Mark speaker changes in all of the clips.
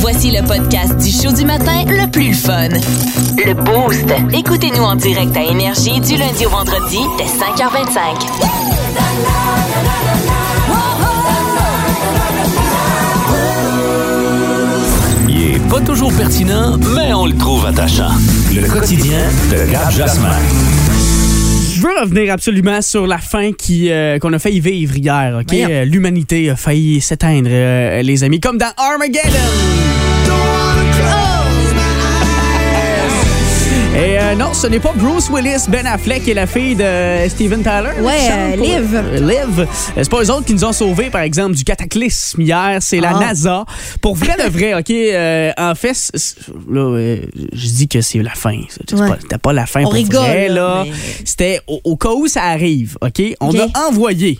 Speaker 1: Voici le podcast du show du matin le plus fun. Le Boost. Écoutez-nous en direct à Énergie du lundi au vendredi dès 5h25.
Speaker 2: Il est pas toujours pertinent, mais on le trouve attachant. Le quotidien de Gab Jasmin.
Speaker 3: Je veux revenir absolument sur la fin qui, euh, qu'on a failli vivre hier. ok?
Speaker 4: Voyons.
Speaker 3: Euh, L'humanité a failli s'éteindre, euh, les amis, comme dans Armageddon. Et euh, non, ce n'est pas Bruce Willis, Ben Affleck et la fille de euh, Steven Tyler. il
Speaker 4: Ouais,
Speaker 3: me semble,
Speaker 4: euh,
Speaker 3: pour-
Speaker 4: Liv.
Speaker 3: euh, Liv. Euh, C'est pas eux autres qui nous ont sauvés, par exemple, du cataclysme hier. C'est la
Speaker 4: Ah.
Speaker 3: NASA. Pour vrai de vrai, OK? euh, en fait, c- c- là, euh, je dis que c'est la fin. ça. C'est
Speaker 4: Ouais.
Speaker 3: pas- T'as pas la fin
Speaker 4: On
Speaker 3: pour
Speaker 4: rigole,
Speaker 3: vrai,
Speaker 4: là,
Speaker 3: là.
Speaker 4: mais-
Speaker 3: C'était au, au cas où ça arrive, OK? On
Speaker 4: OK.
Speaker 3: a envoyé.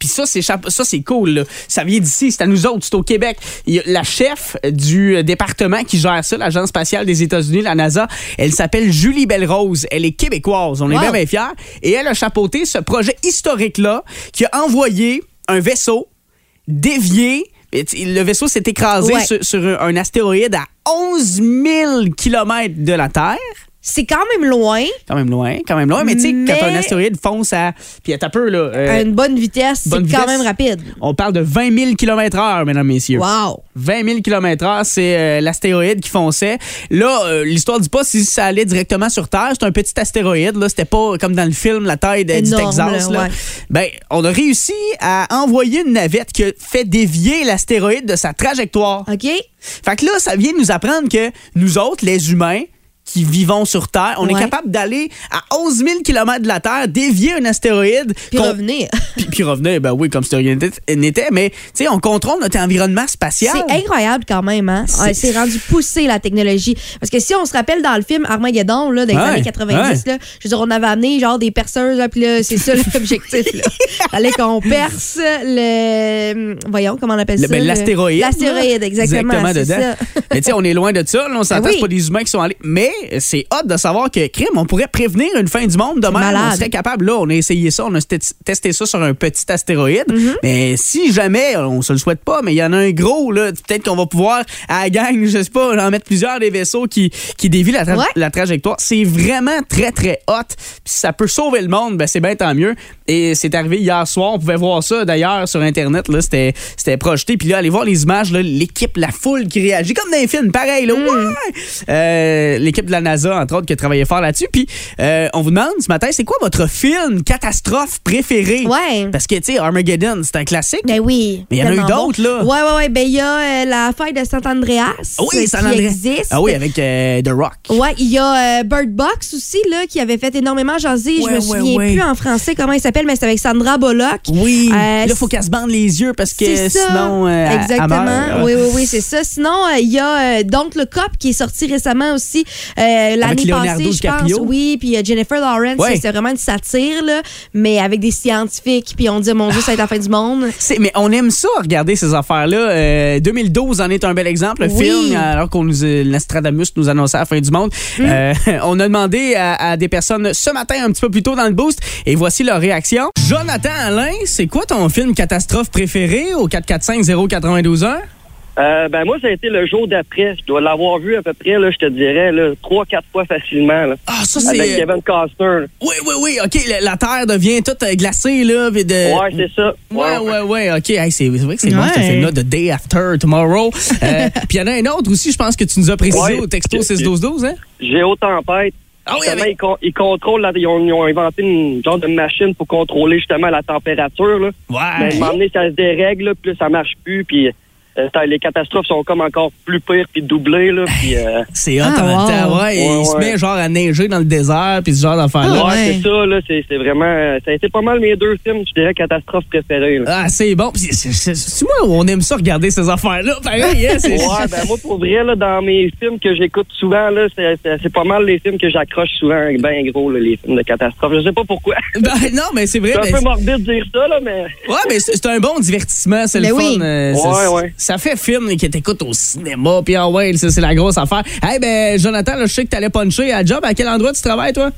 Speaker 3: Puis ça, c'est chape- ça c'est cool. là. Ça vient d'ici, c'est à nous autres, c'est au Québec. Il y a la chef du euh, département qui gère ça, l'Agence spatiale des États-Unis, la NASA, elle s'appelle Julie Belrose. Elle est québécoise, on est
Speaker 4: Wow.
Speaker 3: bien, bien fiers. Et elle a chapeauté ce projet historique-là qui a envoyé un vaisseau dévié. Et t- Le vaisseau s'est écrasé
Speaker 4: Ouais.
Speaker 3: sur, sur un- un astéroïde à 11 000 km de la Terre
Speaker 4: C'est quand même loin,
Speaker 3: quand même loin, quand même loin. Mais tu sais,
Speaker 4: Mais-
Speaker 3: quand un astéroïde fonce à. Puis à peu, là. euh,
Speaker 4: à une bonne vitesse,
Speaker 3: bonne
Speaker 4: c'est quand
Speaker 3: vitesse.
Speaker 4: même rapide.
Speaker 3: On parle de 20 000 km/h, mesdames, messieurs.
Speaker 4: Wow!
Speaker 3: 20 000 km/h, c'est euh, l'astéroïde qui fonçait. Là, euh, l'histoire dit pas si ça allait directement sur Terre. C'est un petit astéroïde. Là, c'était pas comme dans le film la taille de- du
Speaker 4: Énorme,
Speaker 3: Texas.
Speaker 4: là,
Speaker 3: là.
Speaker 4: ouais.
Speaker 3: Ben, on a réussi à envoyer une navette qui a fait dévier l'astéroïde de sa trajectoire.
Speaker 4: OK?
Speaker 3: Fait que là, ça vient nous apprendre que nous autres, les humains, qui vivons sur Terre, on est
Speaker 4: Ouais.
Speaker 3: capable d'aller à 11 000 km de la Terre, dévier un astéroïde.
Speaker 4: Puis
Speaker 3: qu'on-
Speaker 4: revenir.
Speaker 3: Puis, puis revenir, ben oui, comme si rien n'était- n'était, mais tu sais, on contrôle notre environnement spatial.
Speaker 4: C'est incroyable quand même, hein?
Speaker 3: C'est-
Speaker 4: Ouais, C'est rendu poussé la technologie. Parce que si on se rappelle dans le film Armageddon, là, dans les
Speaker 3: Ouais,
Speaker 4: années 90, là, je veux dire, on avait amené genre des perceuses, là, puis là, c'est ça l'objectif, là. Fallait qu'on perce le. Voyons, comment on appelle
Speaker 3: Le-
Speaker 4: ça?
Speaker 3: ben,
Speaker 4: le-
Speaker 3: L'astéroïde.
Speaker 4: L'astéroïde,
Speaker 3: là,
Speaker 4: exactement. c'est
Speaker 3: dedans.
Speaker 4: ça.
Speaker 3: Mais tu sais, on est loin de ça. là, on s'entend,
Speaker 4: Ben oui.
Speaker 3: c'est pas des humains qui sont allés. Mais c'est hot de savoir que, crime, on pourrait prévenir une fin du monde demain.
Speaker 4: malade.
Speaker 3: On serait capable. Là, on a essayé ça, on a st- testé ça sur un petit astéroïde.
Speaker 4: Mm-hmm.
Speaker 3: Mais si jamais, on se le souhaite pas, mais il y en a un gros, là, peut-être qu'on va pouvoir, à la gang, je sais pas, en mettre plusieurs des vaisseaux qui, qui dévient la, tra-
Speaker 4: Ouais.
Speaker 3: la trajectoire. C'est vraiment très, très hot. Puis si ça peut sauver le monde, ben c'est bien tant mieux. Et c'est arrivé hier soir. On pouvait voir ça, d'ailleurs, sur Internet. là, C'était c'était projeté. Puis là, allez voir les images, là, l'équipe, la foule qui réagit, comme dans les films, pareil.
Speaker 4: Hmm.
Speaker 3: Là, ouais! Euh, l'équipe de la NASA, entre autres, qui a travaillé fort là-dessus. Puis euh, on vous demande ce matin, c'est quoi votre film catastrophe préféré?
Speaker 4: Ouais.
Speaker 3: Parce que, tu sais, Armageddon, c'est un classique.
Speaker 4: Ben oui.
Speaker 3: Mais il y en a eu
Speaker 4: tellement
Speaker 3: d'autres, là.
Speaker 4: Ouais, ouais, ouais. Ben, il y a euh, la fête de Saint-Andreas.
Speaker 3: Ah oui,
Speaker 4: euh,
Speaker 3: ça
Speaker 4: qui
Speaker 3: en André-
Speaker 4: existe.
Speaker 3: Ah oui, avec euh, The Rock.
Speaker 4: Ouais, il y a euh, Bird Box aussi, là, qui avait fait énormément jaser.
Speaker 3: Ouais,
Speaker 4: je me
Speaker 3: ouais,
Speaker 4: souviens
Speaker 3: ouais.
Speaker 4: plus en français comment il s'appelle, mais c'est avec Sandra Bullock.
Speaker 3: Oui.
Speaker 4: Euh,
Speaker 3: là, il faut qu'elle se bande les yeux parce que
Speaker 4: C'est ça.
Speaker 3: sinon, euh, elle- elle
Speaker 4: Exactement.
Speaker 3: meurt.
Speaker 4: oui, oui, oui, c'est ça. Sinon, euh, il y a donc le Cop qui est sorti récemment aussi euh, l'année
Speaker 3: Leonardo
Speaker 4: passée, je pense.
Speaker 3: DiCaprio.
Speaker 4: Oui, puis euh, Jennifer Lawrence,
Speaker 3: Ouais.
Speaker 4: c'est vraiment une satire, là, mais avec des scientifiques, puis on dit, mon Dieu, ça va être la fin du monde.
Speaker 3: C'est- mais on aime ça, regarder ces affaires-là. Euh, 2012 en est un bel exemple, le
Speaker 4: Oui.
Speaker 3: film, alors qu'on nous, euh, Nostradamus nous annonçait la fin du monde.
Speaker 4: Mm.
Speaker 3: Euh, on a demandé à, à des personnes ce matin, un petit peu plus tôt dans le boost, et voici leur réaction. Jonathan Alain, c'est quoi ton film catastrophe préféré au 445-092-1?
Speaker 5: Euh, ben moi, ça a été le jour d'après. Je dois l'avoir vu à peu près, là, je te dirais, là, trois, quatre fois facilement. Là,
Speaker 3: Ah, ça,
Speaker 5: avec
Speaker 3: c'est... Euh,
Speaker 5: Kevin Costner.
Speaker 3: Oui, oui, oui, OK, la, la Terre devient toute euh, glacée, là, euh, puis de...
Speaker 5: Ouais, c'est ça.
Speaker 3: Ouais, ouais, ouais, ok. Hey, c'est c'est vrai que c'est bon, ce
Speaker 4: Ouais.
Speaker 3: film-là, The Day After Tomorrow. Euh, Puis il y en a un autre aussi, je pense que tu nous as précisé
Speaker 5: Ouais.
Speaker 3: au texto 61212, hein?
Speaker 5: Géotempête.
Speaker 3: Ah oui,
Speaker 5: Justement,
Speaker 3: avec-
Speaker 5: ils, con- ils contrôlent, la- ils, ont, ils ont inventé une genre de machine pour contrôler justement la température. Là.
Speaker 3: Ouais.
Speaker 5: Ben, à un moment donné, ça se dérègle, là, puis là, ça marche plus, puis euh, t'as- les catastrophes sont comme encore plus pires puis doublées, là. Puis, euh,
Speaker 3: C'est hot
Speaker 4: Ah,
Speaker 3: en même
Speaker 4: wow.
Speaker 3: temps, ouais. et
Speaker 5: Ouais,
Speaker 3: il se
Speaker 5: ouais.
Speaker 3: met genre à neiger dans le désert, puis ce genre d'affaires-là.
Speaker 4: Ah,
Speaker 5: ouais,
Speaker 4: ouais.
Speaker 5: c'est ça, là. C'est c'est vraiment. euh, Ça a été pas mal mes deux films, je dirais, catastrophes préférés, là.
Speaker 3: Ah, c'est bon. Puis c'est- c'est- c'est- moi, on aime ça regarder ces affaires-là. Pareil, hein, c'est-
Speaker 5: Ouais, ben moi, pour vrai, là, dans mes films que j'écoute souvent, là, c'est- c'est c'est pas mal les films que j'accroche souvent, ben gros, là, les films de catastrophe. Je sais pas pourquoi.
Speaker 3: Ben, non, mais c'est vrai.
Speaker 5: C'est un
Speaker 3: mais
Speaker 5: peu
Speaker 3: c'est-
Speaker 5: morbide de dire ça, là, mais.
Speaker 3: Ouais, mais c'est c'est un bon divertissement, c'est le
Speaker 4: Mais
Speaker 3: fun.
Speaker 4: Ben oui.
Speaker 3: euh, c'est-
Speaker 5: Ouais, ouais.
Speaker 3: Ça fait film là, que t'écoutes au cinéma, puis ah ouais, ça c'est la grosse affaire. Hey, ben, Jonathan, là, je sais que t'allais puncher à job. À quel endroit tu travailles, toi?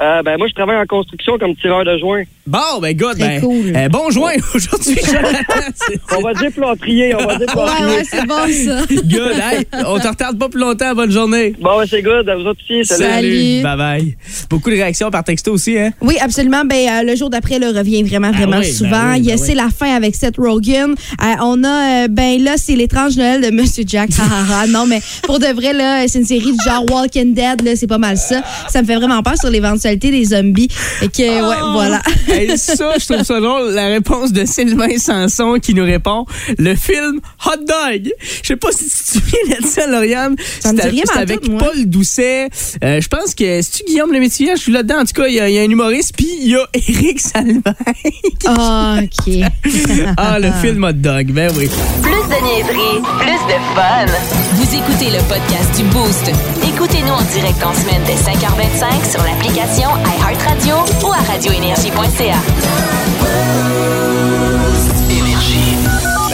Speaker 5: Euh, ben moi, je travaille en construction comme tireur de joint.
Speaker 3: Bon, ben, good. ben,
Speaker 4: Très cool.
Speaker 3: euh, bon joint aujourd'hui, Jonathan. C'est-
Speaker 5: On va dire plâtrier, on va dire plâtrier.
Speaker 4: Ouais, ouais, c'est bon, ça.
Speaker 3: Good. Hey, on te retarde pas plus longtemps. Bonne journée.
Speaker 5: Bon, ouais, c'est good. À vous autres aussi. Salut.
Speaker 4: Salut.
Speaker 3: Bye bye. Beaucoup de réactions par texto aussi, hein?
Speaker 4: Oui, absolument. Ben, euh, le jour d'après, le revient vraiment, vraiment
Speaker 3: oui, ben
Speaker 4: souvent.
Speaker 3: oui, ben
Speaker 4: Il y a
Speaker 3: oui.
Speaker 4: C'est la fin avec Seth Rogen. Euh, on a, euh, ben là, c'est l'étrange Noël de Monsieur Jack. Ha, ha, ha. non, mais pour de vrai, là, c'est une série du genre Walking Dead, là, c'est pas mal ça. Ça me fait vraiment peur sur l'éventualité des zombies. Et que, Eh
Speaker 3: Oh.
Speaker 4: ouais, voilà.
Speaker 3: Hey, ça, je trouve ça drôle. La réponse de Sylvain Sanson qui nous répond le film Hot Dog. Je sais pas si tu te souviens de ça, Lauriane.
Speaker 4: Ça me dit
Speaker 3: C'était-
Speaker 4: rien
Speaker 3: c'était
Speaker 4: en
Speaker 3: avec
Speaker 4: tout, moi.
Speaker 3: Paul Doucet. Euh, je pense que c'est-tu Guillaume le métier? Je suis là-dedans. En tout cas, il y, a il y a un humoriste. Puis il y a Eric Salvain.
Speaker 4: OK.
Speaker 3: ah, le film Hot Dog. Ben oui.
Speaker 1: Plus de niaiserie, plus de fun. Vous écoutez le podcast du Boost. Écoutez-nous en direct en semaine dès 5h25 sur l'application iHeartRadio ou à radioénergie.ca.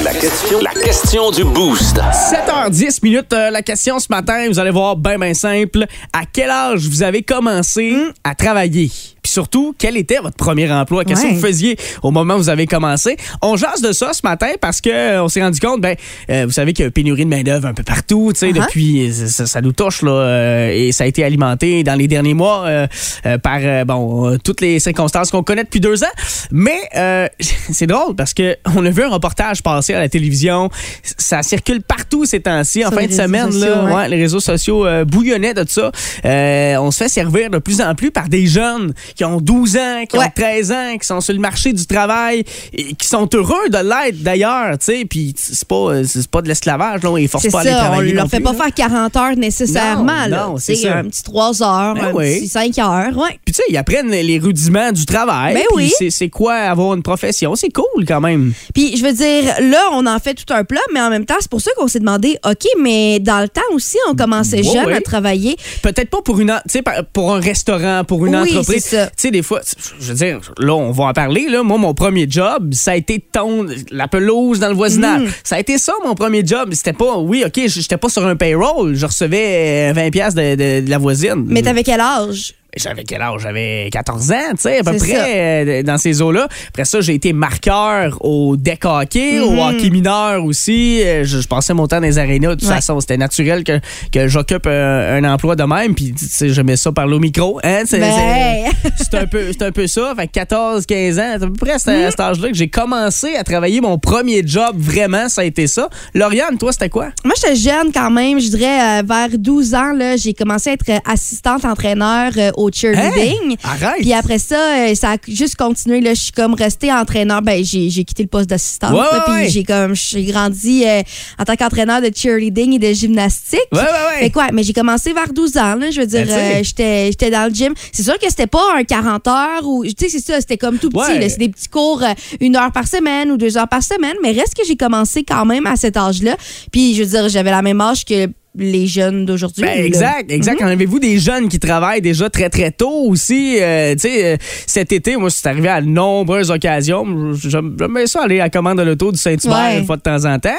Speaker 2: La question, la question du boost.
Speaker 3: 7h10 minutes, euh, la question ce matin, vous allez voir, ben ben simple. À quel âge vous avez commencé à travailler? Puis surtout, quel était votre premier emploi? Qu'est-ce que
Speaker 4: Ouais.
Speaker 3: vous faisiez au moment où vous avez commencé? On jase de ça ce matin parce que euh, on s'est rendu compte, ben, euh, vous savez qu'il y a une pénurie de main-d'œuvre un peu partout, tu
Speaker 4: Uh-huh.
Speaker 3: sais, depuis, euh, ça, ça nous touche, là, euh, et ça a été alimenté dans les derniers mois euh, euh, par, euh, bon, euh, toutes les circonstances qu'on connaît depuis deux ans. Mais euh, c'est drôle parce que on a vu un reportage passer à la télévision. Ça circule partout ces temps-ci. En
Speaker 4: Sur
Speaker 3: fin
Speaker 4: les
Speaker 3: de
Speaker 4: réseaux
Speaker 3: semaine, là,
Speaker 4: sociaux, ouais.
Speaker 3: ouais, les réseaux sociaux euh, bouillonnaient de ça. Euh, on se fait servir de plus en plus par des jeunes qui ont 12 ans, qui ont
Speaker 4: Ouais.
Speaker 3: 13 ans, qui sont sur le marché du travail et qui sont heureux de l'être d'ailleurs. tu sais. Puis c'est pas, euh, c'est pas de l'esclavage. là. On les force
Speaker 4: C'est
Speaker 3: pas à aller
Speaker 4: ça, on
Speaker 3: travailler. non
Speaker 4: leur fait
Speaker 3: plus,
Speaker 4: pas
Speaker 3: là.
Speaker 4: faire 40 heures nécessairement.
Speaker 3: Non,
Speaker 4: là.
Speaker 3: non,
Speaker 4: Tu
Speaker 3: c'est
Speaker 4: sais,
Speaker 3: ça.
Speaker 4: Un petit 3 heures,
Speaker 3: Ben
Speaker 4: un
Speaker 3: oui.
Speaker 4: petit 5 heures. Ouais.
Speaker 3: Puis tu sais, ils apprennent les rudiments du travail.
Speaker 4: Ben
Speaker 3: Puis
Speaker 4: oui.
Speaker 3: c'est- C'est quoi avoir une profession? C'est cool quand même.
Speaker 4: Puis je veux dire, là, on en fait tout un plat, mais en même temps, c'est pour ça qu'on s'est demandé, OK, mais dans le temps aussi, on commençait
Speaker 3: Ouais,
Speaker 4: jeune
Speaker 3: ouais.
Speaker 4: à travailler.
Speaker 3: peut-être pas pour une en- tu sais, par- pour un restaurant pour une
Speaker 4: Oui,
Speaker 3: entreprise tu
Speaker 4: c'est ça.
Speaker 3: sais des fois je veux dire là on va en parler là moi mon premier job ça a été tondre la pelouse dans le voisinage
Speaker 4: Mm.
Speaker 3: ça a été ça mon premier job c'était pas oui OK j'étais pas sur un payroll je recevais euh, 20 pièces de, de- de la voisine
Speaker 4: Mais t'avais quel âge?
Speaker 3: j'avais quel âge? J'avais 14 ans, tu sais, à peu
Speaker 4: C'est ça.
Speaker 3: près euh, dans ces eaux-là. Après ça, j'ai été marqueur au deck hockey,
Speaker 4: Mhm.
Speaker 3: au hockey mineur aussi. Euh, Je, je passais mon temps dans les arénas. De toute
Speaker 4: Ouais.
Speaker 3: façon, c'était naturel que, que j'occupe euh, un emploi de même. Puis, tu sais, je mets ça par le micro. Hein? C'est,
Speaker 4: Ben,
Speaker 3: c'est-
Speaker 4: hey.
Speaker 3: c'est un peu, c'est un peu ça. Fait que 14, 15 ans, c'est à peu près à ce-
Speaker 4: Mhm.
Speaker 3: à cet âge-là que j'ai commencé à travailler mon premier job vraiment. Ça a été ça. Lauriane, toi, c'était quoi?
Speaker 4: Moi, j'étais jeune quand même, je dirais euh, vers 12 ans, là, j'ai commencé à être euh, assistante entraîneur euh, au cheerleading.
Speaker 3: Hey, arrête!
Speaker 4: Puis après ça, euh, ça a juste continué. Là, je suis comme restée entraîneur. Ben, j'ai j'ai quitté le poste d'assistante.
Speaker 3: Ouais,
Speaker 4: là,
Speaker 3: ouais, ouais.
Speaker 4: Puis j'ai comme j'ai grandi euh, en tant qu'entraîneur de cheerleading et de gymnastique.
Speaker 3: Ouais, ouais, ouais.
Speaker 4: Fait quoi? Mais j'ai commencé vers 12 ans. Là, je veux dire,
Speaker 3: Ben, tu sais.
Speaker 4: euh, j'étais j'étais dans le gym. C'est sûr que c'était pas un 40 heures ou tu sais c'est ça, c'était comme tout petit.
Speaker 3: Ouais.
Speaker 4: là. C'est des petits cours euh, une heure par semaine ou deux heures par semaine. Mais reste que j'ai commencé quand même à cet âge-là. Puis je veux dire, j'avais la même âge que les jeunes d'aujourd'hui.
Speaker 3: Ben,
Speaker 4: là. Mm-hmm.
Speaker 3: exact, exact. En avez-vous des jeunes qui travaillent déjà très, très tôt aussi? Euh, tu sais, euh, cet été, moi, c'est arrivé à de nombreuses occasions. J'aime j'aimais ça aller à la commande de l'auto du Saint-Hubert
Speaker 4: Ouais.
Speaker 3: une fois de temps en temps.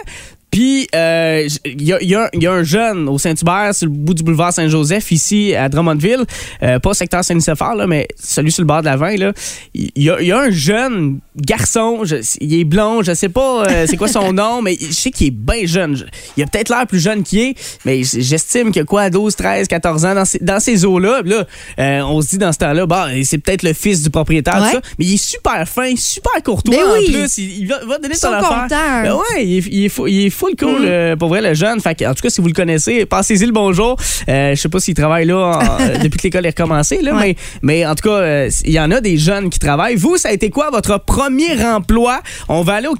Speaker 3: Puis, euh, j- il y, a- il y a un- il y a un jeune au Saint-Hubert, sur le bout du boulevard Saint-Joseph, ici à Drummondville, euh, pas secteur Saint-Nicéphore, là, mais celui sur le bord de la vin, là. Il y, a- il y a un jeune garçon, je- il est blond, je sais pas euh, c'est quoi son nom, mais je sais qu'il est bien jeune. Je- Il a peut-être l'air plus jeune qu'il est, mais j- j'estime que quoi, 12, 13, 14 ans, dans ces, dans ces eaux-là, là, euh, on se dit dans ce temps-là, bah, c'est peut-être le fils du propriétaire, tout
Speaker 4: Ouais.
Speaker 3: ça, mais il est super fin, super courtois
Speaker 4: Ben
Speaker 3: en
Speaker 4: oui.
Speaker 3: plus. Il, il va, va donner
Speaker 4: Ils
Speaker 3: son
Speaker 4: sont
Speaker 3: affaire.
Speaker 4: contents.
Speaker 3: Ben ouais, il est, il est fou- il est full, full cool,
Speaker 4: Mm.
Speaker 3: euh, pour vrai, le jeune. Fait que, en tout cas, si vous le connaissez, passez-y le bonjour. Euh, je sais pas s'il travaille là en- euh, depuis que l'école est recommencée, là, mais, mais en tout cas, euh, il y en a des jeunes qui travaillent. Vous, ça a été quoi votre premier emploi? On va aller au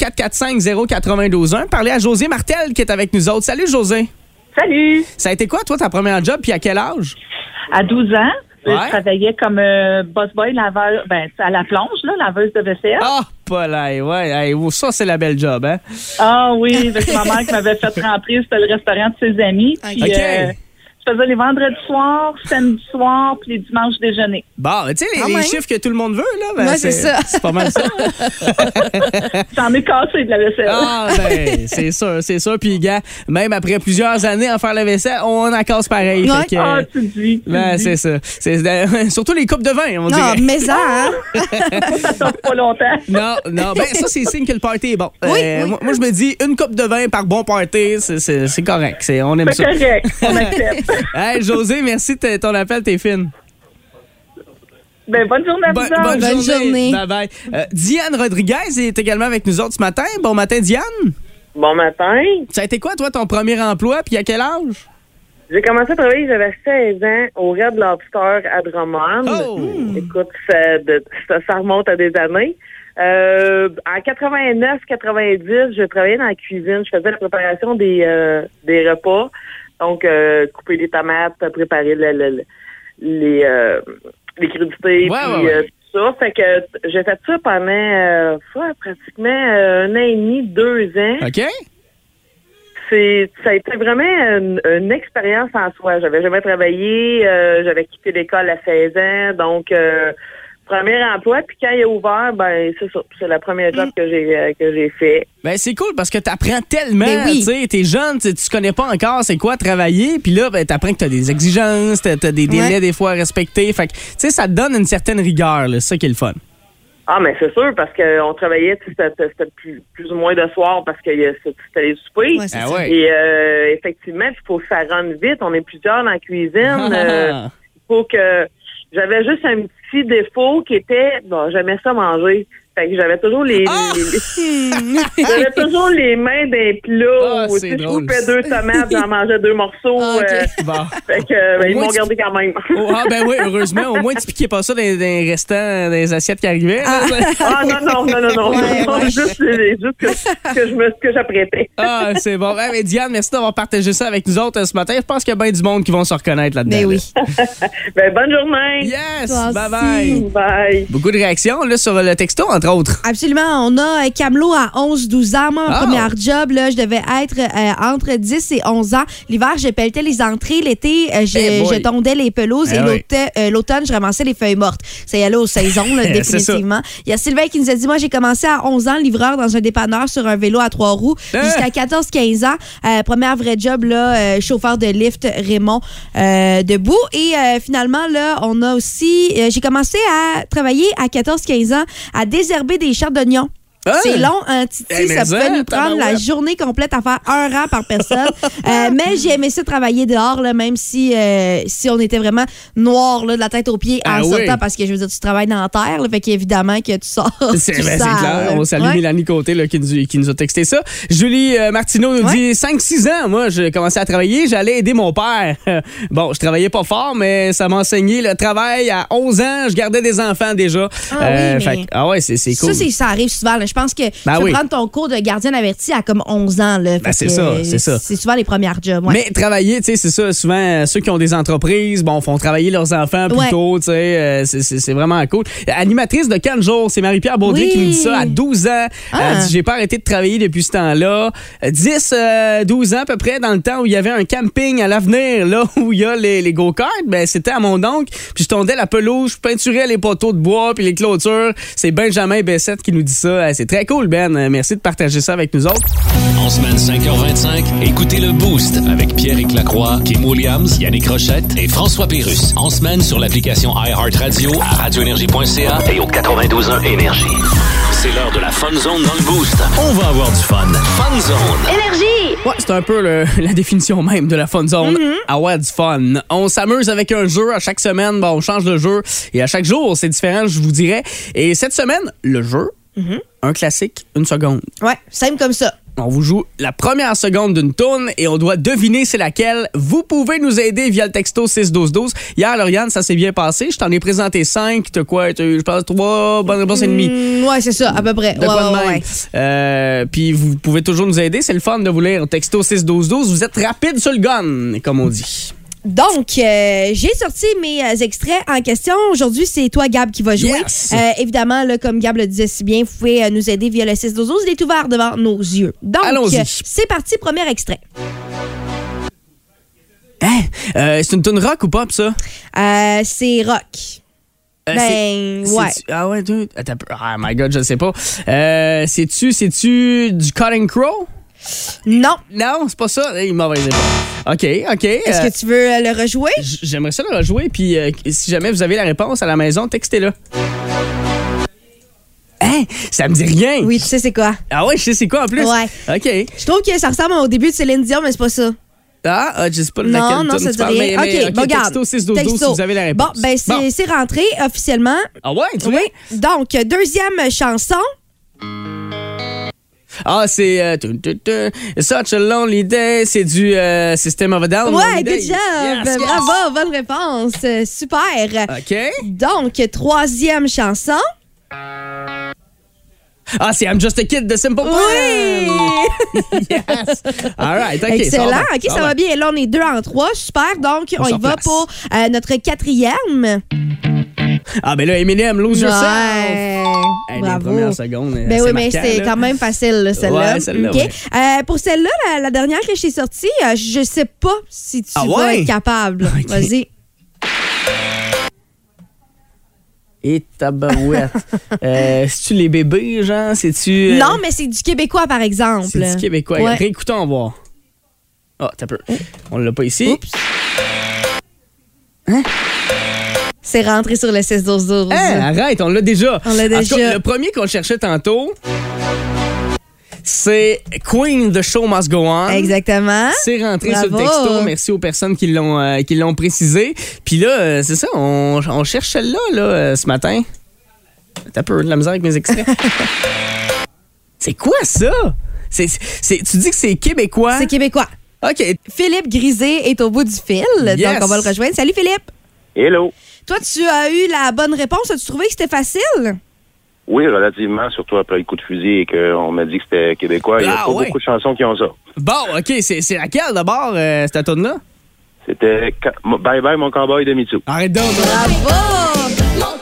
Speaker 3: 445-0921, parler à José Martel qui est avec nous autres. Salut, José.
Speaker 6: Salut!
Speaker 3: Ça a été quoi, toi, ta première job, puis à quel âge?
Speaker 6: À 12 ans,
Speaker 3: Ouais.
Speaker 6: je travaillais comme euh, boss boy laveur, ben, à la plonge, là, laveuse de vaisselle.
Speaker 3: Ah, Paul, hey, ouais, hey, oh, ça, c'est la belle job, hein?
Speaker 6: Ah oui, parce que ma mère qui m'avait fait rentrer, c'était le restaurant de ses amis. Puis,
Speaker 3: Ok.
Speaker 6: euh, je faisais les vendredis soirs, samedi soir, puis les dimanches déjeuner.
Speaker 3: Bon, tu sais, les,
Speaker 4: Quand
Speaker 3: les
Speaker 4: même.
Speaker 3: chiffres que tout le monde veut, là, ben,
Speaker 4: Ah Ouais, c'est ça.
Speaker 3: c'est pas mal ça.
Speaker 6: J'en ai cassé de la vaisselle.
Speaker 3: Ah, ben, c'est sûr, c'est sûr. Puis, gars, même après plusieurs années à faire la vaisselle, on en casse pareil.
Speaker 4: Ouais.
Speaker 3: Fait que,
Speaker 6: Ah, tu dis. tu
Speaker 3: ben,
Speaker 6: dis.
Speaker 3: c'est ça. C'est, euh, surtout les coupes de vin, on
Speaker 4: Non,
Speaker 3: dirait.
Speaker 4: mais ça, hein?
Speaker 6: Ça dure pas longtemps.
Speaker 3: Non, non, ben ça c'est signe que le party est bon. Euh,
Speaker 4: oui.
Speaker 3: Moi, moi, je me dis une coupe de vin par bon party, c'est, c'est- c'est correct. C'est, on aime
Speaker 6: C'est
Speaker 3: ça.
Speaker 6: correct. On accepte.
Speaker 3: hey, José, merci de ton appel, t'es fine.
Speaker 6: ben, bonne journée à
Speaker 3: Bonne,
Speaker 6: vous. autres.
Speaker 3: bonne
Speaker 4: Bonne
Speaker 3: journée.
Speaker 4: journée.
Speaker 3: Bye bye. Euh, Diane Rodriguez est également avec nous autres ce matin. Bon matin, Diane.
Speaker 7: Bon matin.
Speaker 3: Ça a été quoi, toi, ton premier emploi, puis à quel âge?
Speaker 7: J'ai commencé à travailler, j'avais 16 ans au Red Lobster à Drummond. Mmh.
Speaker 3: Oh!
Speaker 7: Écoute, ça, de- ça, ça remonte à des années. Euh, en 89-90, je travaillais dans la cuisine. Je faisais la préparation des, euh, des repas. Donc, euh, couper les tomates, préparer le- le- le- les, euh, les
Speaker 3: Ouais,
Speaker 7: crudités, puis,
Speaker 3: ouais,
Speaker 7: euh, tout ça. Fait que j'ai fait ça pendant euh, ouais, pratiquement euh, un an et demi, deux ans.
Speaker 3: OK?
Speaker 7: C'est, ça a été vraiment une, une expérience en soi. J'avais jamais travaillé, euh, j'avais quitté l'école à 16 ans, donc euh, premier emploi. Puis quand il est ouvert, ben c'est ça, c'est la première
Speaker 4: Mm.
Speaker 7: job que j'ai euh, que j'ai fait.
Speaker 3: Ben, c'est cool parce que t'apprends tellement,
Speaker 4: Ben oui.
Speaker 3: tu sais, t'es jeune, tu tu connais pas encore c'est quoi travailler, puis là, ben, t'apprends que t'as des exigences, t'as t'as des délais
Speaker 4: Ouais.
Speaker 3: des fois à respecter, fait que, tu sais, ça te donne une certaine rigueur, là, c'est ça qui est le fun.
Speaker 7: Ah mais c'est sûr parce que on travaillait, tu sais, c'était, c'était plus, plus ou moins de soir parce que euh, c'était les soupers.
Speaker 4: Ouais, c'est
Speaker 3: Ah
Speaker 4: ça.
Speaker 3: ouais.
Speaker 7: Et euh, effectivement, il faut que ça rentre vite. On est plusieurs dans la cuisine. euh, faut que j'avais juste un petit défaut qui était bon, j'aimais ça manger. Fait que j'avais toujours les,
Speaker 4: Ah!
Speaker 7: les- j'avais toujours les mains d'un
Speaker 3: Ah,
Speaker 7: plat. où,
Speaker 3: c'est
Speaker 7: tu sais, je
Speaker 3: drôle.
Speaker 7: coupais deux tomates, j'en mangeais deux morceaux.
Speaker 4: Ah, ok.
Speaker 7: euh,
Speaker 3: Bon.
Speaker 7: fait que ben, ils
Speaker 3: Au moins,
Speaker 7: m'ont
Speaker 3: tu-
Speaker 7: gardé quand même.
Speaker 3: Oh, ah, ben oui, heureusement, au moins, tu piquais pas ça dans les- dans les restants, dans les assiettes qui arrivaient. là, ça-
Speaker 7: Ah non non non non non,
Speaker 4: Ouais,
Speaker 7: Non,
Speaker 4: ouais.
Speaker 7: juste, juste que, que je me que j'apprêtais.
Speaker 3: Ah, c'est bon. Ben, ben, Diane, merci d'avoir partagé ça avec nous autres euh, ce matin. Je pense qu'il y a bien du monde qui vont se reconnaître là-dedans.
Speaker 4: Mais
Speaker 3: là.
Speaker 4: Ben oui.
Speaker 7: Ben bonne journée.
Speaker 3: Yes!
Speaker 4: Toi
Speaker 3: Bye bye!
Speaker 4: aussi.
Speaker 7: Bye.
Speaker 3: Beaucoup de réactions là, sur euh, le texto, entre autres.
Speaker 4: Absolument. On a euh, Camelot à 11-12 ans. Moi, mon
Speaker 3: Ah.
Speaker 4: premier job, là, je devais être euh, entre 10 et 11 ans. L'hiver, je pelletais les entrées. L'été, euh, je,
Speaker 3: Eh boy.
Speaker 4: je tondais les pelouses.
Speaker 3: Eh
Speaker 4: et
Speaker 3: oui.
Speaker 4: l'automne- euh, l'automne, je ramassais les feuilles mortes. Ça y allait aux saisons, là,
Speaker 3: C'est
Speaker 4: définitivement. Il y a Sylvain qui nous a dit, moi, j'ai commencé à 11 ans, livreur dans un dépanneur sur un vélo à trois roues.
Speaker 3: Hein?
Speaker 4: Jusqu'à 14-15 ans. Euh, première vraie job, là, euh, chauffeur de lift, Raymond euh, Debout. Et euh, finalement, là, on a aussi... euh, j'ai commencé à travailler à 14-15 ans à désherber des chartes d'oignons.
Speaker 3: Ah!
Speaker 4: C'est long, un Titi.
Speaker 3: Eh, mais
Speaker 4: ça
Speaker 3: ça,
Speaker 4: pouvait nous prendre la
Speaker 3: tabarouette.
Speaker 4: journée complète à faire un rang par personne. Euh, mais j'ai aimé ça travailler dehors, là, même si, euh, si on était vraiment noir là, de la tête aux pieds
Speaker 3: Ah
Speaker 4: en
Speaker 3: oui.
Speaker 4: sortant, parce que je veux dire, tu travailles dans la terre, là, fait qu'évidemment que tu sors.
Speaker 3: C'est
Speaker 4: tu
Speaker 3: ben, c'est
Speaker 4: sors,
Speaker 3: clair.
Speaker 4: là.
Speaker 3: On salue
Speaker 4: Ouais.
Speaker 3: Mélanie Côté là, qui, nous, qui nous a texté ça. Julie euh, Martineau nous
Speaker 4: Ouais.
Speaker 3: dit 5-6 ans, moi, j'ai commencé à travailler, j'allais aider mon père. bon, je travaillais pas fort, mais ça m'a enseigné le travail. À 11 ans, je gardais des enfants déjà.
Speaker 4: Ah oui,
Speaker 3: fait
Speaker 4: mais-
Speaker 3: que- ah ouais, c'est c'est cool.
Speaker 4: Ça, c'est- ça arrive souvent. là. Je pense que
Speaker 3: Ben
Speaker 4: tu peux
Speaker 3: oui. Ben,
Speaker 4: prendre ton cours de gardien averti à comme 11 ans. Là. Fait
Speaker 3: c'est
Speaker 4: que,
Speaker 3: ça,
Speaker 4: euh,
Speaker 3: c'est ça.
Speaker 4: C'est souvent les premières jobs. ouais.
Speaker 3: Mais travailler, tu sais, c'est ça. Souvent, euh, ceux qui ont des entreprises, bon, font travailler leurs enfants plus
Speaker 4: Ouais.
Speaker 3: tôt, tu sais. euh, c'est- c'est c'est vraiment cool. Animatrice de 4 jours, c'est Marie-Pierre Baudry
Speaker 4: Oui. Ah.
Speaker 3: qui nous dit ça à 12 ans. Elle dit, j'ai pas arrêté de travailler depuis ce temps-là. Euh, 10, euh, 12 ans à peu près, dans le temps où il y avait un camping à l'avenir, là, où il y a les, les go-karts, ben, c'était à mon oncle. Puis je tondais la pelouse, je peinturais les poteaux de bois, puis les clôtures. C'est Benjamin Bessette qui nous dit ça. Euh, C'est très cool, Ben. Euh, Merci de partager ça avec nous autres.
Speaker 2: En semaine 5h25, écoutez le Boost avec Pierre Lacroix, Kim Williams, Yannick Rochette et François Pérus. En semaine sur l'application iHeartRadio à radioénergie.ca et au 92.1 Énergie. C'est l'heure de la Fun Zone dans le Boost. On va avoir du fun. Fun Zone.
Speaker 3: Ouais, c'est un peu le- la définition même de la fun zone. Avoir du fun. On s'amuse avec un jeu à chaque semaine. Bon, on change de jeu. Et à chaque jour, c'est différent, je vous dirais. Et cette semaine, le jeu, un classique, une seconde.
Speaker 4: Ouais, simple comme ça.
Speaker 3: On vous joue la première seconde d'une tourne et on doit deviner c'est laquelle. Vous pouvez nous aider via le texto 61212. Hier, Lauriane, ça s'est bien passé. Je t'en ai présenté cinq. T'as quoi? T'as eu, je pense, trois bonnes réponses et demie.
Speaker 4: Mm, ouais, c'est ça, à peu près.
Speaker 3: De
Speaker 4: ouais,
Speaker 3: quoi de
Speaker 4: ouais,
Speaker 3: même.
Speaker 4: ouais.
Speaker 3: Euh, Puis vous pouvez toujours nous aider. C'est le fun de vous lire. Texto 61212. Vous êtes rapide sur le gun, comme on dit.
Speaker 4: Donc, euh, j'ai sorti mes euh, extraits en question. Aujourd'hui, c'est toi, Gab, qui va jouer.
Speaker 3: Yes!
Speaker 4: Euh, évidemment, là, comme Gab le disait si bien, vous pouvez euh, nous aider via le 6 12 12. Il est ouvert devant nos yeux. Donc,
Speaker 3: Allons-y.
Speaker 4: euh, c'est parti, premier extrait.
Speaker 3: Hein? Euh, c'est une tune rock ou pop, ça?
Speaker 4: Euh, c'est rock.
Speaker 3: Euh,
Speaker 4: ben,
Speaker 3: c'est-
Speaker 4: ouais.
Speaker 3: c'est-tu- Ah ouais, dude. Attends un peu. Ah, my God, je sais pas. Euh, c'est-tu, c'est-tu du Cutting Crow?
Speaker 4: Non.
Speaker 3: Non, c'est pas ça. Hey, mauvaise réponse. OK, OK.
Speaker 4: Est-ce
Speaker 3: euh,
Speaker 4: que tu veux euh, le rejouer?
Speaker 3: j- J'aimerais ça le rejouer, puis euh, si jamais vous avez la réponse à la maison, textez-la. Hein? Ça me dit rien.
Speaker 4: Oui, tu sais c'est quoi.
Speaker 3: Ah ouais, je sais c'est quoi en plus.
Speaker 4: Ouais.
Speaker 3: OK.
Speaker 4: Je trouve que ça ressemble au début de Céline Dion, mais c'est pas ça.
Speaker 3: Ah, ah, je sais pas laquelle
Speaker 4: Non, non,
Speaker 3: tune tu
Speaker 4: ça te dit
Speaker 3: parles, mais-
Speaker 4: rien.
Speaker 3: mais, euh,
Speaker 4: OK, bon, regarde.
Speaker 3: texto 6 12 12 si vous avez la réponse.
Speaker 4: Bon, ben, c'est c'est rentré officiellement.
Speaker 3: Ah ouais, tu
Speaker 4: Oui.
Speaker 3: vois?
Speaker 4: Donc, euh, deuxième chanson.
Speaker 3: Ah, c'est euh, tu- tu- tu- Such a Lonely Day, c'est du euh, System of a Down.
Speaker 4: ouais,
Speaker 3: Lonely
Speaker 4: good
Speaker 3: Day.
Speaker 4: job.
Speaker 3: Yes, Ah. yes.
Speaker 4: Bravo, bonne réponse. Euh, Super.
Speaker 3: OK.
Speaker 4: Donc, troisième chanson.
Speaker 3: Ah, c'est I'm Just a Kid de Simple Plan.
Speaker 4: Oui!
Speaker 3: yes. All right, OK.
Speaker 4: Excellent.
Speaker 3: va
Speaker 4: OK, ça va bien. Là, on est deux en trois. Super. Donc, on,
Speaker 3: On
Speaker 4: y
Speaker 3: s'en
Speaker 4: va
Speaker 3: place.
Speaker 4: pour euh, notre quatrième.
Speaker 3: Ah, ben là, Eminem, Lose Yourself.
Speaker 4: Ouais.
Speaker 3: Hey,
Speaker 4: Bravo.
Speaker 3: Les premières secondes, euh,
Speaker 4: Ben oui,
Speaker 3: c'est
Speaker 4: mais
Speaker 3: marquant,
Speaker 4: c'est
Speaker 3: là.
Speaker 4: quand même facile, là, celle-là.
Speaker 3: Ouais, celle-là,
Speaker 4: OK.
Speaker 3: ouais.
Speaker 4: Euh, pour celle-là, la, la dernière que j'ai sortie, euh, je sais pas si tu
Speaker 3: Ah
Speaker 4: vas
Speaker 3: ouais?
Speaker 4: être capable.
Speaker 3: OK.
Speaker 4: Vas-y.
Speaker 3: Et tabarouette. euh, C'est-tu les bébés, genre? C'est-tu... euh,
Speaker 4: Non, mais c'est du québécois, par exemple.
Speaker 3: C'est du québécois.
Speaker 4: Ouais. Oh.
Speaker 3: Réécoutons voir. Ah, t'as peu. On l'a pas ici.
Speaker 4: Oups. C'est rentré sur le
Speaker 3: Hey,
Speaker 4: 16-12-12.
Speaker 3: Hein, arrête, on l'a déjà.
Speaker 4: Hein, On l'a
Speaker 3: En tout
Speaker 4: déjà.
Speaker 3: cas, le premier qu'on cherchait tantôt, c'est Queen The Show Must Go On.
Speaker 4: Exactement.
Speaker 3: C'est rentré sur le
Speaker 4: Bravo.
Speaker 3: texto. Merci aux personnes qui l'ont euh, qui l'ont précisé. Puis là, euh, c'est ça, on, on cherche celle-là là, euh, ce matin. T'as peur de la misère avec mes extraits. c'est quoi ça? C'est, c'est- tu dis que c'est québécois?
Speaker 4: C'est québécois.
Speaker 3: OK.
Speaker 4: Philippe Grisé est au bout du fil,
Speaker 3: Yes.
Speaker 4: donc on va le rejoindre. Salut Philippe.
Speaker 8: Hello.
Speaker 4: Toi, tu as eu la bonne réponse. As-tu trouvé que c'était facile?
Speaker 8: Oui, relativement, surtout après le coup de fusil et qu'on m'a dit que c'était québécois. Il y a
Speaker 3: Ah,
Speaker 8: pas
Speaker 3: ouais.
Speaker 8: beaucoup de chansons qui ont ça.
Speaker 3: Bon, OK, c'est, c'est laquelle d'abord, euh, cette tourne-là?
Speaker 8: C'était ca- mo- Bye Bye mon cowboy de Mitsou.
Speaker 3: Arrête donc!
Speaker 4: Bravo!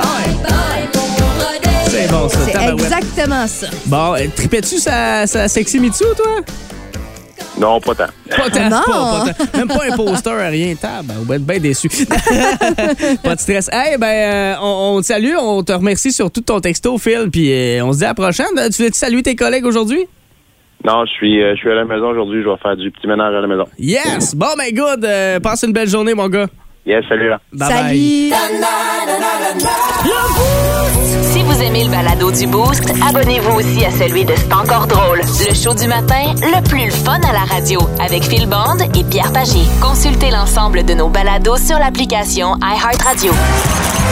Speaker 4: Oh yeah!
Speaker 3: C'est bon, ça.
Speaker 4: C'est
Speaker 3: tabarouette.
Speaker 4: exactement ça.
Speaker 3: Bon, euh, tripais-tu sa, sa sexy Mitsu, toi?
Speaker 8: Non, pas tant.
Speaker 3: Pas tant,
Speaker 4: Ah non!
Speaker 3: pas, pas tant. Même pas un poster, rien. Tab, on va être bien déçu. pas de stress. Hey, ben, euh, on, on te salue, on te remercie sur tout ton texto, Phil, puis euh, on se dit à la prochaine. Euh, Tu veux-tu saluer tes collègues aujourd'hui?
Speaker 8: Non, je suis, euh, je suis à la maison aujourd'hui. Je vais faire du petit ménage à la maison.
Speaker 3: Yes! Bon, ben, good. Euh, passe une belle journée, mon gars. Euh,
Speaker 8: Yes, salut là.
Speaker 3: Bye bye.
Speaker 4: Salut!
Speaker 1: Si vous aimez le balado du Boost, abonnez-vous aussi à celui de C'est encore drôle. Le show du matin, le plus fun à la radio, avec Phil Bond et Pierre Pagé. Consultez l'ensemble de nos balados sur l'application iHeartRadio.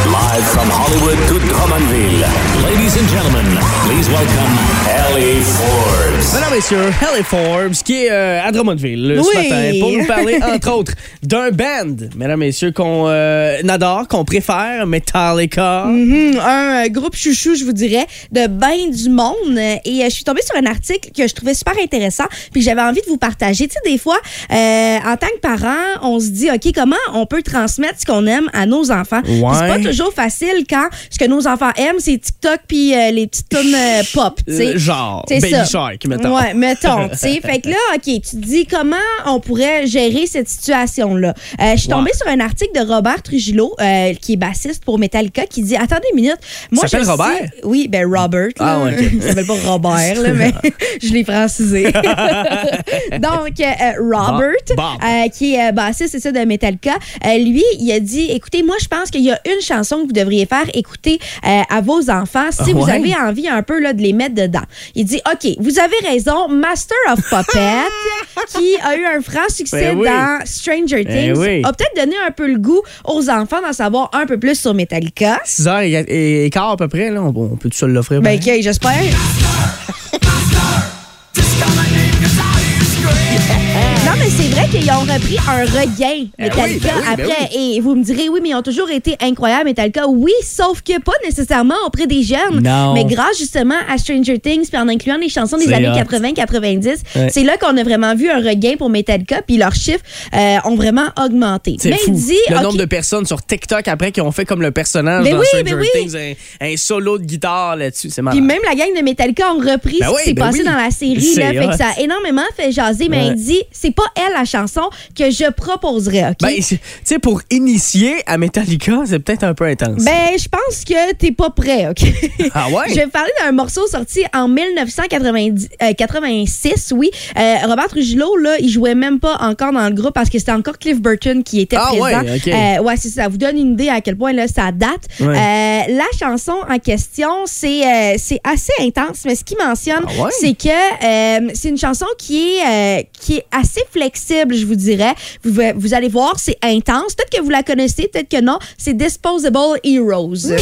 Speaker 2: Live from Hollywood to Drummondville. Ladies and gentlemen, please welcome Ellie Forbes.
Speaker 3: Mesdames, Messieurs, Hallie Forbes, qui est euh, à Drummondville euh, ce
Speaker 4: Oui.
Speaker 3: matin, pour nous parler, entre autres, d'un band, mesdames, messieurs, qu'on euh, adore, qu'on préfère, Metallica.
Speaker 4: Mhm, un euh, groupe chouchou, je vous dirais, de bain du monde. Euh, Et euh, je suis tombée sur un article que je trouvais super intéressant, puis que j'avais envie de vous partager. Tu sais, des fois, euh, en tant que parent, on se dit, OK, comment on peut transmettre ce qu'on aime à nos enfants? Puis C'est pas
Speaker 3: Ouais.
Speaker 4: toujours facile quand ce que nos enfants aiment, c'est TikTok puis euh, les petites tunes euh, pop. tu sais.
Speaker 3: Euh, genre,
Speaker 4: C'est
Speaker 3: Baby
Speaker 4: ça.
Speaker 3: Shark, mettons.
Speaker 4: Ouais, mettons, tu sais. Fait que là, OK, tu te dis comment on pourrait gérer cette situation-là. Euh, je suis tombée
Speaker 3: Ouais.
Speaker 4: sur un article de Robert Trujillo, euh, qui est bassiste pour Metallica, qui dit Attendez une minute. Moi,
Speaker 3: Il s'appelle
Speaker 4: je sais-
Speaker 3: Robert?
Speaker 4: Oui, ben Robert. là.
Speaker 3: Ah, ouais, ok.
Speaker 4: Il s'appelle pas Robert, là, mais je l'ai francisé. Donc, euh, euh, Robert,
Speaker 3: Bob.
Speaker 4: euh, qui est euh, bassiste, c'est ça, de Metallica, euh, lui, il a dit Écoutez, moi, je pense qu'il y a une chanson que vous devriez faire écouter euh, à vos enfants si vous
Speaker 3: Ouais.
Speaker 4: avez envie un peu là, de les mettre dedans. Il dit OK, vous avez raison, Master of Puppet, qui a eu un franc succès
Speaker 3: Ben oui.
Speaker 4: dans Stranger
Speaker 3: Ben
Speaker 4: Things,
Speaker 3: oui.
Speaker 4: a peut-être donné un peu le goût aux enfants d'en savoir un peu plus sur Metallica.
Speaker 3: 6 heures et, et quart à peu près, là, on, on peut tout seul l'offrir.
Speaker 4: Ben,
Speaker 3: pareil?
Speaker 4: OK, j'espère. vrai qu'ils ont repris un regain
Speaker 3: Eh oui,
Speaker 4: Metallica
Speaker 3: ben oui, ben
Speaker 4: après. Et vous me direz, oui, mais ils ont toujours été incroyables, Metallica. Oui, sauf que pas nécessairement auprès des jeunes.
Speaker 3: Non.
Speaker 4: Mais grâce justement à Stranger Things, puis en incluant les chansons des
Speaker 3: C'est
Speaker 4: années
Speaker 3: hot.
Speaker 4: 80-90,
Speaker 3: Ouais.
Speaker 4: c'est là qu'on a vraiment vu un regain pour Metallica, puis leurs chiffres euh, ont vraiment augmenté.
Speaker 3: C'est
Speaker 4: Mais
Speaker 3: fou.
Speaker 4: il dit,
Speaker 3: le
Speaker 4: OK,
Speaker 3: nombre de personnes sur TikTok après qui ont fait comme le personnage
Speaker 4: Ben
Speaker 3: dans
Speaker 4: oui,
Speaker 3: Stranger
Speaker 4: ben oui.
Speaker 3: Things, un, un solo de guitare là-dessus. C'est marrant.
Speaker 4: Puis même la gang de Metallica ont repris
Speaker 3: Ah. Ben
Speaker 4: ce
Speaker 3: oui,
Speaker 4: qui s'est
Speaker 3: ben
Speaker 4: passé
Speaker 3: oui.
Speaker 4: dans la série. Là,
Speaker 3: C'est
Speaker 4: fait
Speaker 3: hot.
Speaker 4: que ça a énormément fait jaser, mais
Speaker 3: Ouais.
Speaker 4: elle dit c'est pas elle la chanson que je proposerais, OK?
Speaker 3: Ben, c'est- tu sais, pour initier à Metallica, c'est peut-être un peu intense.
Speaker 4: Ben, je pense que t'es pas prêt, OK?
Speaker 3: Ah ouais?
Speaker 4: Je vais vous parler d'un morceau sorti en 1986, euh, oui. Euh, Robert Trujillo, là, il jouait même pas encore dans le groupe parce que c'était encore Cliff Burton qui était
Speaker 3: Ah
Speaker 4: présent.
Speaker 3: ouais, OK.
Speaker 4: Euh, ouais, c'est ça. Ça vous donne une idée à quel point là, ça date.
Speaker 3: Ouais.
Speaker 4: Euh, la chanson en question, c'est euh, c'est assez intense, mais ce qu'il mentionne,
Speaker 3: Ah ouais?
Speaker 4: c'est que euh, c'est une chanson qui est, euh, qui est assez flexible, je vous dirais. Vous, vous allez voir, c'est intense. Peut-être que vous la connaissez, peut-être que non. C'est Disposable Heroes.
Speaker 3: Hmm.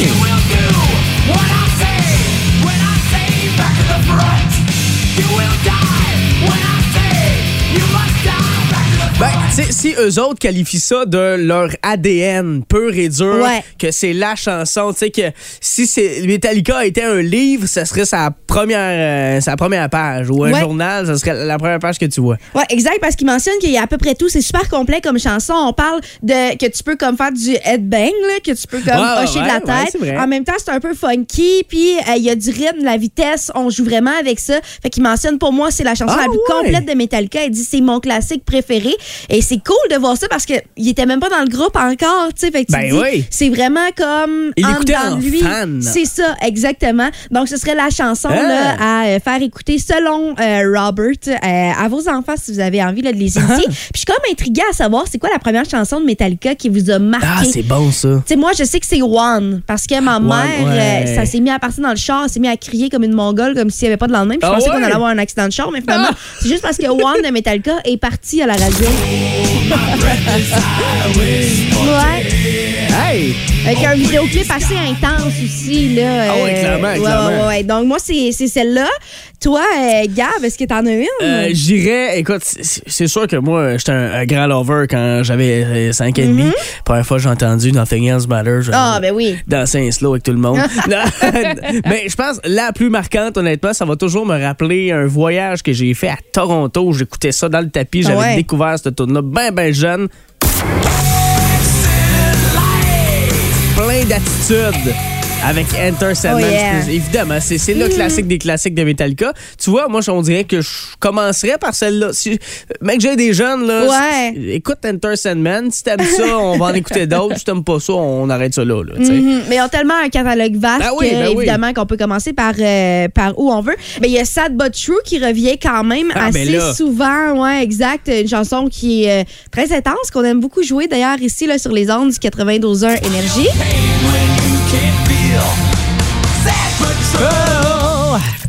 Speaker 3: Ben, tu sais, si eux autres qualifient ça de leur ADN pur et dur,
Speaker 4: Ouais.
Speaker 3: que c'est la chanson, tu sais, que si c'est- Metallica était un livre, ça serait sa première, euh, sa première page. Ou un
Speaker 4: Ouais.
Speaker 3: journal, ça serait la première page que tu vois.
Speaker 4: Ouais, exact, parce qu'il mentionne qu'il y a à peu près tout. C'est super complet comme chanson. On parle de que tu peux comme faire du headbang, là, que tu peux comme
Speaker 3: Ouais, ouais,
Speaker 4: hocher de la
Speaker 3: ouais, ouais,
Speaker 4: tête.
Speaker 3: c'est vrai.
Speaker 4: en même temps, c'est un peu funky, puis euh, il y a du rythme, de la vitesse. On joue vraiment avec ça. Fait qu'il mentionne pour moi, c'est la chanson
Speaker 3: Ah,
Speaker 4: la plus
Speaker 3: ouais.
Speaker 4: complète de Metallica. Il dit c'est mon classique préféré. Et c'est cool de voir ça parce que il était même pas dans le groupe encore. Tu sais, fait que tu
Speaker 3: Ben
Speaker 4: dis,
Speaker 3: oui.
Speaker 4: c'est vraiment comme
Speaker 3: Il
Speaker 4: en
Speaker 3: l'écoutait
Speaker 4: dedans
Speaker 3: en
Speaker 4: de lui.
Speaker 3: fan.
Speaker 4: C'est ça, exactement. Donc, ce serait la chanson
Speaker 3: Ah.
Speaker 4: là, à euh, faire écouter selon euh, Robert euh, à vos enfants si vous avez envie là, de les initier. Puis, je suis comme intriguée à savoir c'est quoi la première chanson de Metallica qui vous a marqué.
Speaker 3: Ah, c'est bon, ça.
Speaker 4: Tu sais, moi, je sais que c'est One, parce que ma mère,
Speaker 3: ouais.
Speaker 4: euh, ça s'est mis à partir dans le char, elle s'est mis à crier comme une mongole, comme s'il n'y avait pas de lendemain. Puis je
Speaker 3: Ah
Speaker 4: pensais
Speaker 3: ouais? Ah!
Speaker 4: qu'on allait avoir un accident de char, mais finalement, c'est juste parce que One de Metallica est parti à la radio. ouais.
Speaker 3: Hey!
Speaker 4: Avec un vidéoclip assez intense aussi, là.
Speaker 3: Ah ouais,
Speaker 4: euh,
Speaker 3: clairement,
Speaker 4: ouais,
Speaker 3: clairement.
Speaker 4: ouais, ouais. Donc, moi, c'est c'est celle-là. Toi, euh, Gab, est-ce que t'en as une?
Speaker 3: Euh, J'irais, écoute, c'est c'est sûr que moi, j'étais un, un grand lover quand j'avais 5 et demi. Première fois que j'ai entendu Nothing Else Matters. je-
Speaker 4: Mm-hmm. Ah, ben oui.
Speaker 3: danser un slow avec tout le monde. Non. Mais je pense la plus marquante, honnêtement, ça va toujours me rappeler un voyage que j'ai fait à Toronto. J'écoutais ça dans le tapis. J'avais
Speaker 4: Ouais.
Speaker 3: découvert cette tourne-là bien, bien jeune. Plein d'attitude. Avec Enter Sandman.
Speaker 4: Oh, yeah.
Speaker 3: Excuse- Évidemment, c'est c'est
Speaker 4: Mm-hmm.
Speaker 3: le classique des classiques de Metallica. Tu vois, moi, on dirait que je commencerais par celle-là. Si, mec, j'ai des jeunes, là.
Speaker 4: Ouais.
Speaker 3: si- Écoute Enter Sandman. Si t'aimes ça, on va en écouter d'autres. Si t'aimes pas ça, on arrête ça là. là, tu sais.
Speaker 4: Mhm. Mais ils ont tellement un catalogue vaste,
Speaker 3: Ben oui,
Speaker 4: que,
Speaker 3: ben oui.
Speaker 4: évidemment, qu'on peut commencer par, euh, par où on veut. Mais il y a Sad But True qui revient quand même
Speaker 3: Ah,
Speaker 4: assez
Speaker 3: ben là.
Speaker 4: souvent. Ouais, exact. Une chanson qui est euh, très intense, qu'on aime beaucoup jouer d'ailleurs ici là, sur les ondes du 92.1 Énergie.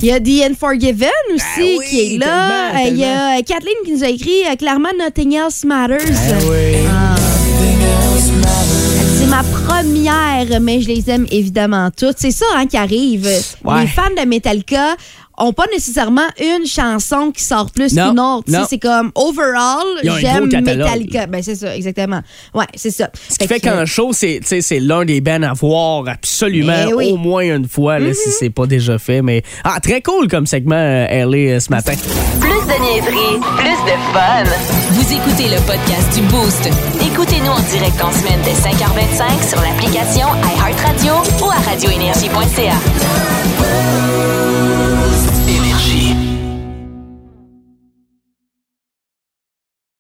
Speaker 4: Il y a The Unforgiven aussi
Speaker 3: Ah oui,
Speaker 4: qui est là.
Speaker 3: tellement, Ben
Speaker 4: Euh, Il y a euh, Kathleen qui nous a écrit euh, clairement Nothing Else Matters. Ah. C'est ma première, mais je les aime évidemment toutes. C'est ça hein, qui arrive.
Speaker 3: Ouais.
Speaker 4: Les fans de Metallica ont pas nécessairement une chanson qui sort plus
Speaker 3: Non,
Speaker 4: qu'une autre. Tu sais,
Speaker 3: non.
Speaker 4: C'est comme overall,
Speaker 3: Ils ont un
Speaker 4: j'aime
Speaker 3: gros catalogue.
Speaker 4: Metallica. Ben, c'est ça, exactement. Ouais, c'est ça.
Speaker 3: Ce qui fait qu'en show, c'est tu sais, c'est l'un des bands à voir absolument
Speaker 4: Eh oui. Mm-hmm.
Speaker 3: au moins une fois, là, si c'est pas déjà fait. Mais ah, très cool comme segment euh, LA euh, ce matin.
Speaker 1: Plus de niaiserie, plus de fun. Vous écoutez le podcast du Boost. Écoutez-nous en direct en semaine dès 5h25 sur l'application iHeartRadio ou à radioénergie.ca.